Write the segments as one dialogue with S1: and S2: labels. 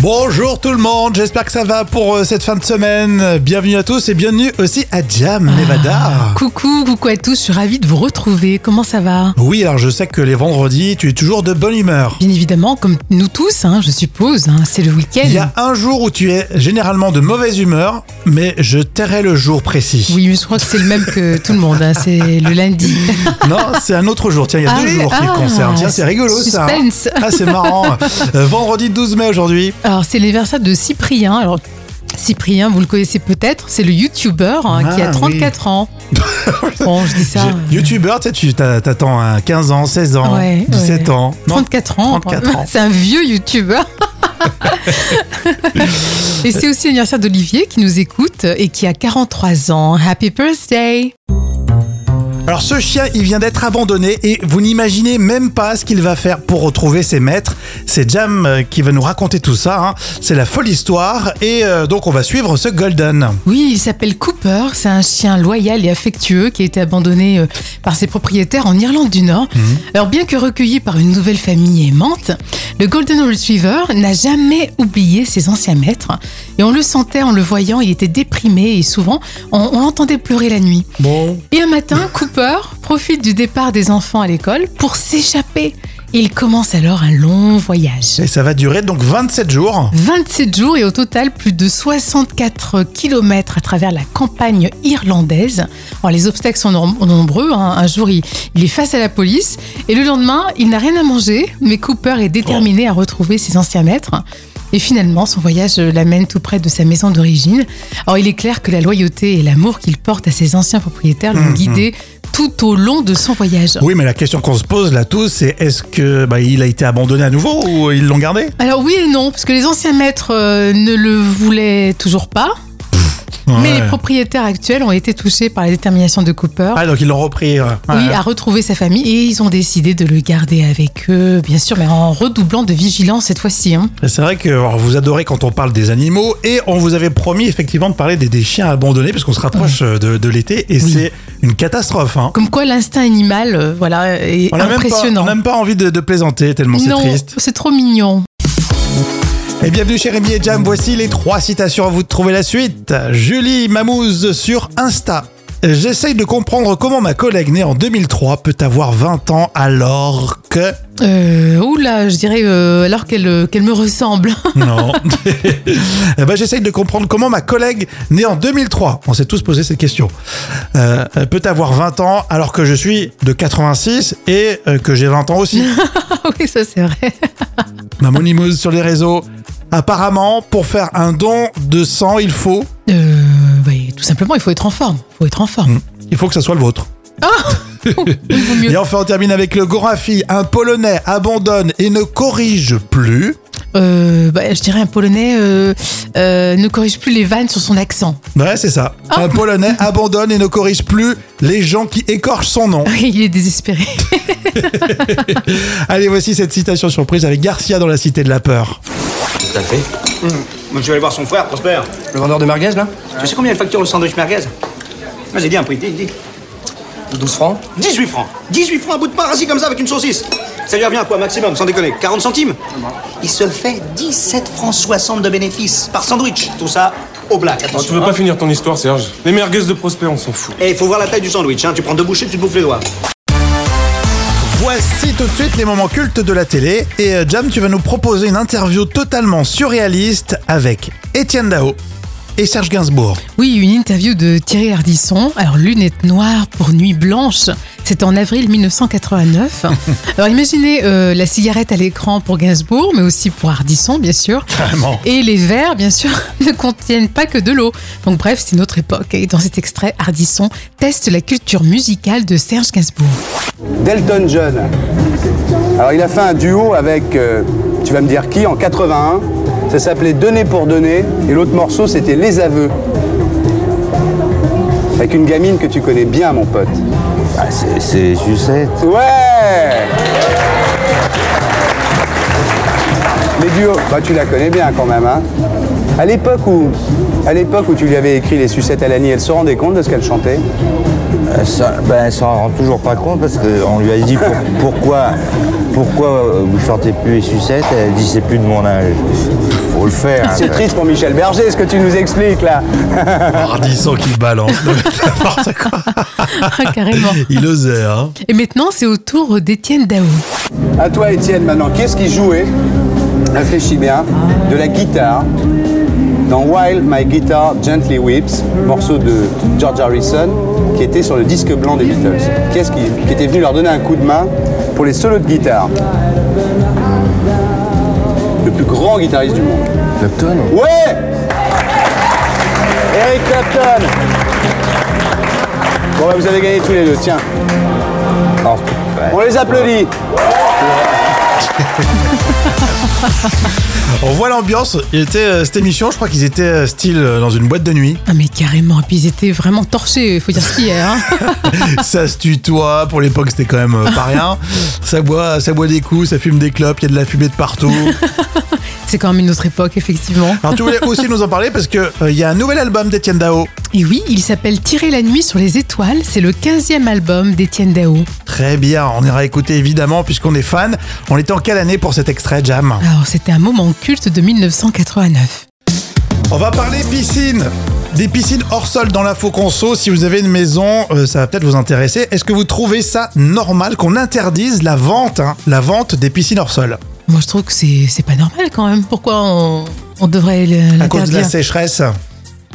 S1: Bonjour tout le monde, j'espère que ça va pour euh, cette fin de semaine. Bienvenue à tous et bienvenue aussi à Jam
S2: Ah.
S1: Nevada.
S2: Coucou, coucou à tous, je suis ravie de vous retrouver. Comment ça va
S1: Oui, alors je sais que les vendredis, tu es toujours de bonne humeur.
S2: Bien évidemment, comme nous tous, hein, je suppose, hein, c'est
S1: Il
S2: le
S1: y
S2: week-end.
S1: a un jour où tu es généralement de mauvaise humeur, mais je tairai le jour précis.
S2: Oui, mais je crois que c'est le même que tout le monde, hein, c'est le lundi.
S1: Non, c'est un autre jour. Tiens, il y a
S2: Ah
S1: deux
S2: oui,
S1: jours qui
S2: ah,
S1: le concernent. Tiens, c'est rigolo ça. hein.
S2: Suspense
S1: Ah, c'est marrant. Euh, Vendredi 12 mai aujourd'hui.
S2: Alors, c'est l'anniversaire de Cyprien. Alors, Cyprien, vous le connaissez peut-être, c'est le youtubeur hein, qui
S1: Ah,
S2: a 34 ans. Bon, je dis ça.
S1: J'ai- YouTubeur, tu sais, tu t'a- t'attends hein, 15 ans, 16 ans,
S2: Ouais,
S1: 17
S2: ouais.
S1: ans. Non,
S2: 34 ans.
S1: 34 ans.
S2: C'est un vieux youtubeur. et c'est aussi l'anniversaire d'Olivier qui nous écoute et qui a 43 ans. Happy birthday!
S1: Alors ce chien, il vient d'être abandonné et vous n'imaginez même pas ce qu'il va faire pour retrouver ses maîtres. C'est Jam euh, qui va nous raconter tout ça. hein. C'est la folle histoire et euh, donc on va suivre ce Golden.
S2: Oui, il s'appelle Cooper, c'est un chien loyal et affectueux qui a été abandonné euh, par ses propriétaires en Irlande du Nord. Alors bien que recueilli par une nouvelle famille aimante, le Golden Retriever n'a jamais oublié ses anciens maîtres. Et on le sentait en le voyant, il était déprimé et souvent on, on l'entendait pleurer la nuit.
S1: Bon.
S2: Et un matin, Cooper profite du départ des enfants à l'école pour s'échapper. Il commence alors un long voyage.
S1: Et ça va durer donc 27 jours.
S2: 27 jours et au total plus de 64 km à travers la campagne irlandaise. Alors les obstacles sont nom- nombreux. hein. Un jour, il, il est face à la police et le lendemain, il n'a rien à manger. Mais Cooper est déterminé à retrouver ses anciens maîtres. Et finalement, son voyage euh, l'amène tout près de sa maison d'origine. Alors, il est clair que la loyauté et l'amour qu'il porte à ses anciens propriétaires l'ont guidé tout au long de son voyage.
S1: Oui, mais la question qu'on se pose là tous, c'est est-ce que bah, il a été abandonné à nouveau ou ils l'ont gardé
S2: Alors oui et non, parce que les anciens maîtres euh, ne le voulaient toujours pas. Mais
S1: Ouais.
S2: les propriétaires actuels ont été touchés par la détermination de Cooper.
S1: Ah donc ils l'ont repris. ouais.
S2: Oui, ah.
S1: Ouais.
S2: à retrouver sa famille et ils ont décidé de le garder avec eux, bien sûr, mais en redoublant de vigilance cette fois-ci. hein.
S1: Et C'est vrai que alors, vous adorez quand on parle des animaux et on vous avait promis effectivement de parler des, des chiens abandonnés parce qu'on se rapproche euh, de, de l'été et
S2: Oui.
S1: c'est une catastrophe. hein.
S2: Comme quoi, l'instinct animal, euh, voilà, est
S1: On n'a même, pas-
S2: impressionnant.
S1: on a même pas envie de, de plaisanter tellement c'est
S2: non,
S1: triste.
S2: c'est trop mignon.
S1: Et bienvenue chez Rémi et Jam, voici les trois citations à vous de trouver la suite. Julie Mamouze sur Insta. J'essaye de comprendre comment ma collègue née en 2003 peut avoir 20 ans alors que...
S2: Euh, oula, je dirais euh, alors qu'elle euh, qu'elle me ressemble.
S1: Non. Eh ben, J'essaye de comprendre comment ma collègue née en 2003, on s'est tous posé cette question, euh, peut avoir 20 ans alors que je suis de 86 et euh, que j'ai 20 ans aussi.
S2: Ah oui, ça c'est vrai.
S1: Maman Limouse sur les réseaux. Apparemment, pour faire un don de sang, il faut,
S2: Euh, bah, tout simplement, il faut être en forme. Il faut être en forme.
S1: il faut que ça soit le vôtre. Mm.
S2: Il vaut mieux.
S1: Et enfin, on termine avec le Gorafi. Un Polonais abandonne et ne corrige plus.
S2: Euh, bah, je dirais un Polonais euh, euh, ne corrige plus les vannes sur son accent.
S1: Ouais, c'est ça. Un Polonais abandonne et ne corrige plus les gens qui écorchent son nom.
S2: Il est désespéré.
S1: Allez, voici cette citation surprise avec Garcia dans La Cité de la Peur.
S3: Tout à fait.
S4: Moi, je vais aller voir son frère, Prosper.
S5: Le vendeur de merguez, là
S4: Tu sais combien il facture le sandwich merguez Vas-y, dis un prix, dis, dis.
S5: 12 francs
S4: 18 francs 18 francs, un bout de pain rassis comme ça avec une saucisse Ça lui revient à quoi, maximum, sans déconner 40 centimes Il se fait 17 francs 60 de bénéfices par sandwich. Tout ça au black,
S6: Alors, Ah, tu
S4: attention.
S6: veux
S4: hein.
S6: pas finir ton histoire, Serge Les merguez de Prosper, on s'en fout.
S4: Et il faut voir la taille du sandwich, hein. tu prends deux bouchées, tu te bouffes les doigts.
S1: Voici tout de suite les moments cultes de la télé. Et euh, Jam, tu vas nous proposer une interview totalement surréaliste avec Étienne Dao et Serge Gainsbourg.
S2: Oui, une interview de Thierry Ardisson. Alors, lunettes noires pour nuit blanche. C'était en avril 1989. Alors, imaginez euh, la cigarette à l'écran pour Gainsbourg, mais aussi pour Ardisson, bien sûr.
S1: Vraiment.
S2: Et les verres, bien sûr, ne contiennent pas que de l'eau. Donc, bref, c'est notre époque. Et dans cet extrait, Ardisson teste la culture musicale de Serge Gainsbourg.
S7: Delton John. Alors il a fait un duo avec, euh, tu vas me dire qui, en 81. Ça s'appelait Donner pour donner et l'autre morceau c'était Les aveux. Avec une gamine que tu connais bien mon pote.
S3: Ah, c'est- c'est Euh, Suzette.
S7: Ouais Les duos, bah tu la connais bien quand même hein. À l'époque où, à l'époque où tu lui avais écrit les sucettes à Lani, elle se rendait compte de ce qu'elle chantait
S3: Euh, Ça, ben, elle s'en rend toujours pas compte parce qu'on lui a dit pour- pourquoi, pourquoi euh, vous chantez plus les sucettes. Elle a dit c'est plus de mon âge. faut le faire.
S7: C'est triste pour Michel Berger, ce que tu nous expliques là.
S1: Ardisson qui balance. N'importe quoi.
S2: Ah, Carrément.
S1: Il osait, hein.
S2: Et maintenant, c'est au tour d'Étienne Dao.
S7: À toi, Étienne, maintenant, qu'est-ce qui jouait Réfléchis bien, de la guitare dans While My Guitar Gently Weeps, morceau de George Harrison, qui était sur le disque blanc des Beatles. Qu'est-ce qui, qui était venu leur donner un coup de main pour les solos de guitare Le plus grand guitariste du monde.
S5: Clapton
S7: Ouais Eric Clapton Bon, bah, vous avez gagné tous les deux, tiens.
S3: Non,
S7: On les applaudit.
S1: On voit l'ambiance. Il était, euh, cette émission, je crois qu'ils étaient euh, style euh, dans une boîte de nuit.
S2: Ah, mais carrément. Et puis, ils étaient vraiment torchés, faut dire ce qu'il y a. hein.
S1: ça se tutoie. Pour l'époque, c'était quand même euh, pas rien. Ça boit, ça boit des coups, ça fume des clopes. Il y a de la fumée de partout.
S2: C'est quand même une autre époque, effectivement.
S1: Alors, tu voulais aussi nous en parler parce que euh, il y a un nouvel album d'Étienne Dao.
S2: Et oui, il s'appelle Tirer la nuit sur les étoiles. C'est le 15e album d'Étienne Dao.
S1: Très bien. On ira écouter évidemment puisqu'on est fan. On était en quelle année pour cet extrait, Jam
S2: Alors, c'était un moment culte de 1989.
S1: On va parler piscine. Des piscines hors sol dans l'info conso. Si vous avez une maison, euh, ça va peut-être vous intéresser. Est-ce que vous trouvez ça normal qu'on interdise la vente, hein, la vente des piscines hors sol
S2: Moi, je trouve que c'est c'est pas normal quand même. Pourquoi on, on devrait le-
S1: à cause de la
S2: l'interdire
S1: sécheresse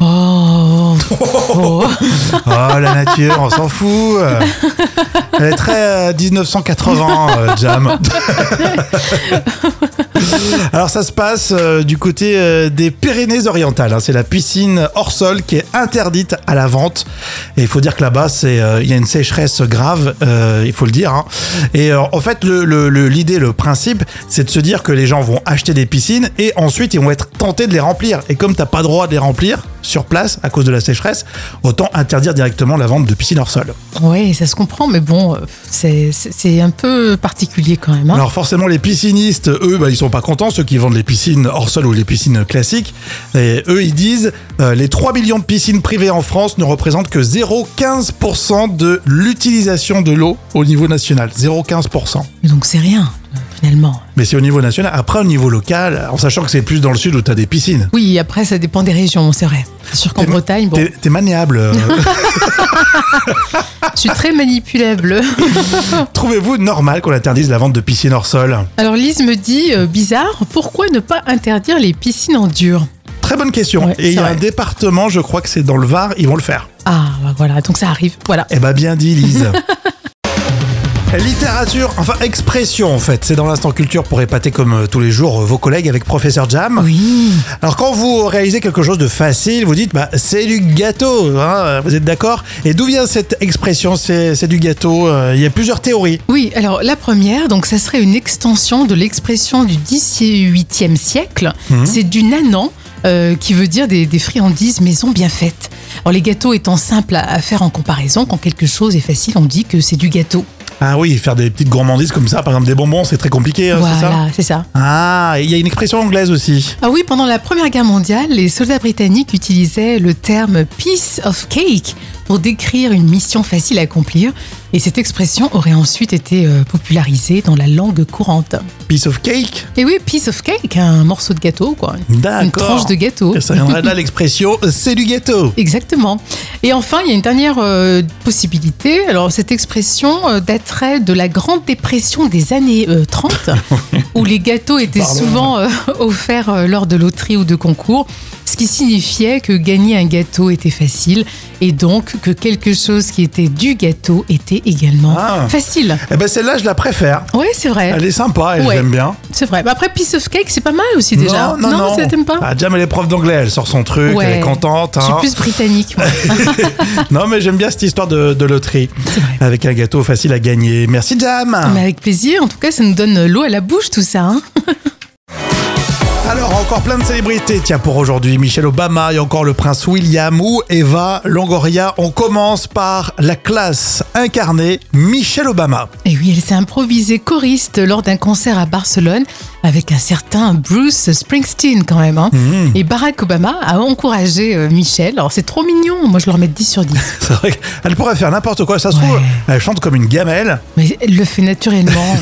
S2: Oh, oh.
S1: Oh la nature, on s'en fout. Euh, Elle est très euh, 1980, euh, Jam. Alors ça se passe euh, du côté euh, des Pyrénées-Orientales. hein. C'est la piscine hors sol qui est interdite à la vente. Et il faut dire que là-bas, c'est euh, il y a une sécheresse grave, euh, il faut le dire. hein. Et euh, en fait, le- le- le- l'idée, le, principe, c'est de se dire que les gens vont acheter des piscines et ensuite ils vont être tentés de les remplir. Et comme t'as pas droit de les remplir sur place à cause de la sécheresse, autant interdire directement la vente de piscines hors sol.
S2: oh. Ouais, ça se comprend, mais bon, euh, c'est c'est- c'est un peu particulier quand même. hein.
S1: Alors forcément, les piscinistes, eux, bah, ils sont pas contents, ceux qui vendent les piscines hors sol ou les piscines classiques. Et eux, ils disent, euh, les 3 millions de piscines privées en France ne représentent que 0,15% de l'utilisation de l'eau au niveau national. 0,15%.
S2: Mais Donc, c'est rien, euh, finalement.
S1: Mais c'est au niveau national. Après, au niveau local, en sachant que c'est plus dans le sud où t'as des piscines.
S2: Oui, après, ça dépend des régions, c'est vrai. C'est sûr qu'en
S1: T'es-
S2: Bretagne, bon,
S1: T'es t'es maniable. euh.
S2: je suis très manipulable.
S1: Trouvez-vous normal qu'on interdise la vente de piscines hors sol
S2: Alors, Lise me dit, euh, bizarre, pourquoi ne pas interdire les piscines en dur
S1: Très bonne question.
S2: Ouais,
S1: Et il y a
S2: c'est
S1: un
S2: vrai.
S1: département, je crois que c'est dans le Var, ils vont le faire.
S2: Ah, bah voilà, donc ça arrive. Voilà.
S1: Eh ben bien dit Lise. Littérature, enfin expression en fait, c'est dans l'instant culture pour épater comme euh, tous les jours euh, vos collègues avec Professeur Jam.
S2: Oui.
S1: Alors quand vous réalisez quelque chose de facile, vous dites bah c'est du gâteau, hein, euh, vous êtes d'accord Et d'où vient cette expression c'est c'est du gâteau Euh, Il y a plusieurs théories.
S2: Oui, alors la première, donc ça serait une extension de l'expression du 18e siècle.
S1: Mhm.
S2: C'est du nanan. euh, qui veut dire des, des friandises maison bien faites. Alors les gâteaux étant simples à, à faire en comparaison, quand quelque chose est facile, on dit que c'est du gâteau.
S1: Ah oui, faire des petites gourmandises comme ça, par exemple des bonbons, c'est très compliqué, hein, c'est ça
S2: voilà, c'est ça.
S1: Ah, et il y a une expression anglaise aussi.
S2: Ah oui, pendant la Première Guerre mondiale, les soldats britanniques utilisaient le terme piece of cake pour décrire une mission facile à accomplir, et cette expression aurait ensuite été euh, popularisée dans la langue courante.
S1: Piece of cake.
S2: Et oui, piece of cake, un morceau de gâteau, quoi. Une-
S1: D'accord.
S2: Une tranche de gâteau.
S1: Et Ça viendrait de là l'expression c'est du gâteau.
S2: Exactement. Et enfin, il y a une dernière euh, possibilité. Alors, cette expression euh, daterait de la Grande Dépression des années euh, 30, où les gâteaux étaient
S1: Pardon.
S2: souvent euh, offerts euh, lors de loteries ou de concours, ce qui signifiait que gagner un gâteau était facile, et donc que quelque chose qui était du gâteau était également
S1: Ah.
S2: facile.
S1: Eh ben celle-là je la préfère.
S2: Oui, c'est vrai.
S1: Elle est sympa, elle
S2: Ouais.
S1: j'aime bien.
S2: C'est vrai. Bah, Après, piece of cake, c'est pas mal aussi déjà.
S1: Non, non, non.
S2: ça t'aime pas
S1: Ah, Jam, elle est prof d'anglais, elle sort son truc,
S2: Ouais.
S1: elle est contente.
S2: Je suis
S1: hein.
S2: plus britannique. moi.
S1: non, mais j'aime bien cette histoire de, de loterie.
S2: C'est vrai. Bah
S1: Avec un gâteau facile à gagner. Merci, Jam.
S2: Mais avec plaisir, en tout cas, ça nous donne l'eau à la bouche tout ça. hein.
S1: Alors, encore plein de célébrités. Tiens, pour aujourd'hui, Michel Obama et encore le prince William ou Eva Longoria. On commence par la classe incarnée Michel Obama.
S2: Et oui, elle s'est improvisée choriste lors d'un concert à Barcelone avec un certain Bruce Springsteen quand même. hein.
S1: Mmh.
S2: Et Barack Obama a encouragé euh, Michel. Alors c'est trop mignon, moi je leur mets 10 sur 10.
S1: C'est vrai qu'elle pourrait faire n'importe quoi, ça se
S2: Ouais.
S1: trouve. Elle chante comme une gamelle,
S2: Mais elle le fait naturellement,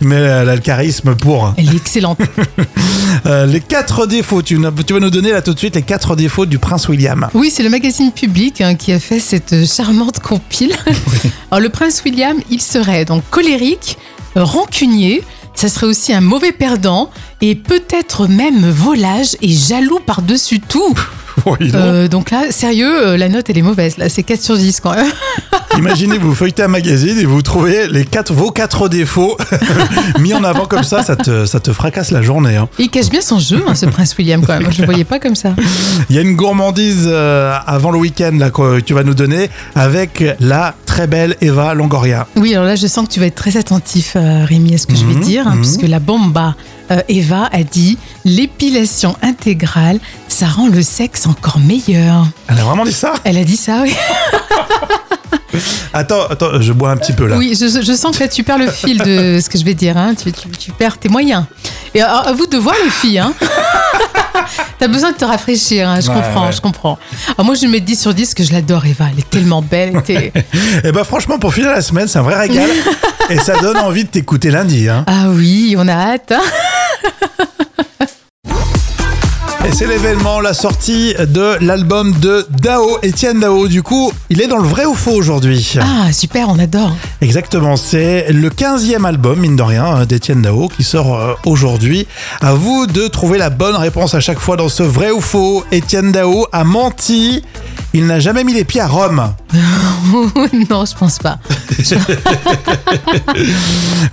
S1: mais elle a le charisme pour.
S2: elle est excellente.
S1: Euh, Euh, les quatre défauts, tu, nous- tu vas nous donner là tout de suite les quatre défauts du prince William.
S2: Oui, c'est le magazine public hein, qui a fait cette charmante compile. Alors, le prince William, il serait donc colérique, rancunier, ça serait aussi un mauvais perdant et peut-être même volage et jaloux par-dessus tout.
S1: Oui, non.
S2: Euh, donc là, sérieux, euh, la note, elle est mauvaise. Là, c'est 4 sur 10 quand même.
S1: Imaginez, vous feuilletez un magazine et vous trouvez les quatre, vos quatre défauts mis en avant comme ça, ça te, ça te fracasse la journée. hein.
S2: Il cache bien son jeu, hein, ce prince William quand même. Je ne le voyais pas comme ça.
S1: Il y a une gourmandise euh, avant le week-end là, que tu vas nous donner avec la très belle Eva Longoria.
S2: Oui, alors là, je sens que tu vas être très attentif, euh, Rémi, à ce que je vais dire, hein, puisque la bomba euh, Eva a dit l'épilation intégrale, ça rend le sexe encore meilleur.
S1: Elle a vraiment dit ça
S2: Elle a dit ça, oui.
S1: Attends, attends, je bois un petit peu là.
S2: Oui, je, je sens que là, tu perds le fil de ce que je vais dire. hein. Tu, tu- tu perds tes moyens. Et à, à vous de voir, les filles. Hein. T'as besoin de te rafraîchir, hein, je
S1: Ouais,
S2: comprends,
S1: ouais.
S2: je comprends. Alors moi, je mets 10 sur 10 parce que je l'adore, Eva. Elle est tellement belle. elle était-
S1: Et ben franchement, pour finir la semaine, c'est un vrai régal. et ça donne envie de t'écouter lundi. hein.
S2: Ah oui, on a hâte. hein.
S1: Et c'est l'événement, la sortie de l'album de Dao, Étienne Dao. Du coup, il est dans le vrai ou faux aujourd'hui
S2: Ah, super, on adore.
S1: Exactement, c'est le 15e album, mine de rien, hein, d'Étienne Dao qui sort euh, aujourd'hui. À vous de trouver la bonne réponse à chaque fois dans ce vrai ou faux. Étienne Dao a menti. Il n'a jamais mis les pieds à Rome.
S2: non, je pense pas.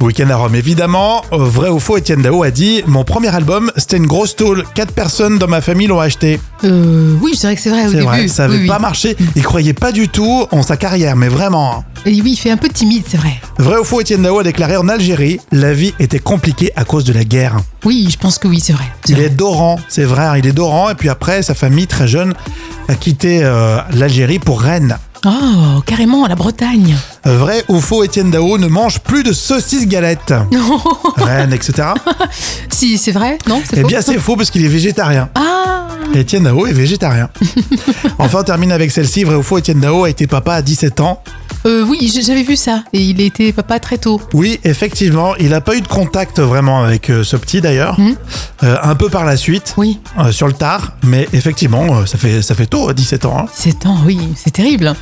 S1: Week-end à Rome, évidemment. Euh, Vrai ou faux, Étienne Dao a dit Mon premier album, c'était une grosse tôle. Quatre personnes dans ma famille l'ont acheté.
S2: Euh, oui, je dirais que c'est vrai au
S1: C'est
S2: début.
S1: vrai, ça avait
S2: oui, oui.
S1: pas marché. Il croyait pas du tout en sa carrière, mais vraiment.
S2: Et oui, il fait un peu timide, c'est vrai.
S1: Vrai ou faux, Étienne Dao a déclaré en Algérie La vie était compliquée à cause de la guerre.
S2: Oui, je pense que oui, c'est vrai. C'est
S1: Il
S2: vrai.
S1: est d'Oran, c'est vrai, hein, il est d'Oran. Et puis après, sa famille, très jeune, a quitté euh, l'Algérie pour Rennes.
S2: Oh, carrément, la Bretagne.
S1: Vrai ou faux, Étienne Dao ne mange plus de saucisses galettes. Rennes, etc.
S2: Si, c'est vrai Non, c'est
S1: Eh
S2: faux
S1: bien, c'est faux parce qu'il est végétarien.
S2: Ah
S1: Étienne Dao est végétarien. enfin, on termine avec celle-ci. Vrai ou faux, Étienne Dao a été papa à 17 ans.
S2: Euh, oui, j- j'avais vu ça. Et il était papa très tôt.
S1: Oui, effectivement, il n'a pas eu de contact vraiment avec euh, ce petit d'ailleurs. Euh, un peu par la suite,
S2: Oui.
S1: euh, sur le tard. Mais effectivement, euh, ça, fait, ça fait tôt, 17 ans. hein.
S2: 17 ans, oui, c'est terrible.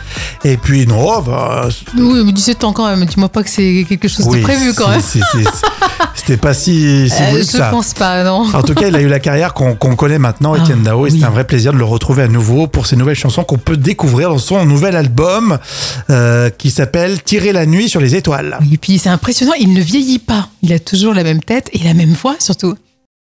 S1: Et puis, non, bah,
S2: Oui, mais 17 ans quand même, dis-moi pas que c'est quelque chose de
S1: Oui,
S2: prévu quand
S1: c'est-
S2: même.
S1: c'est- c'est- C'était pas si, si
S2: Euh,
S1: voulu que
S2: je
S1: ça.
S2: pense pas, non.
S1: En tout cas, il a eu la carrière qu'on qu'on connaît maintenant,
S2: Ah,
S1: Etienne Dao, et
S2: oui.
S1: c'est un vrai plaisir de le retrouver à nouveau pour ses nouvelles chansons qu'on peut découvrir dans son nouvel album euh, qui s'appelle Tirer la nuit sur les étoiles.
S2: Et puis c'est impressionnant, il ne vieillit pas. Il a toujours la même tête et la même voix surtout.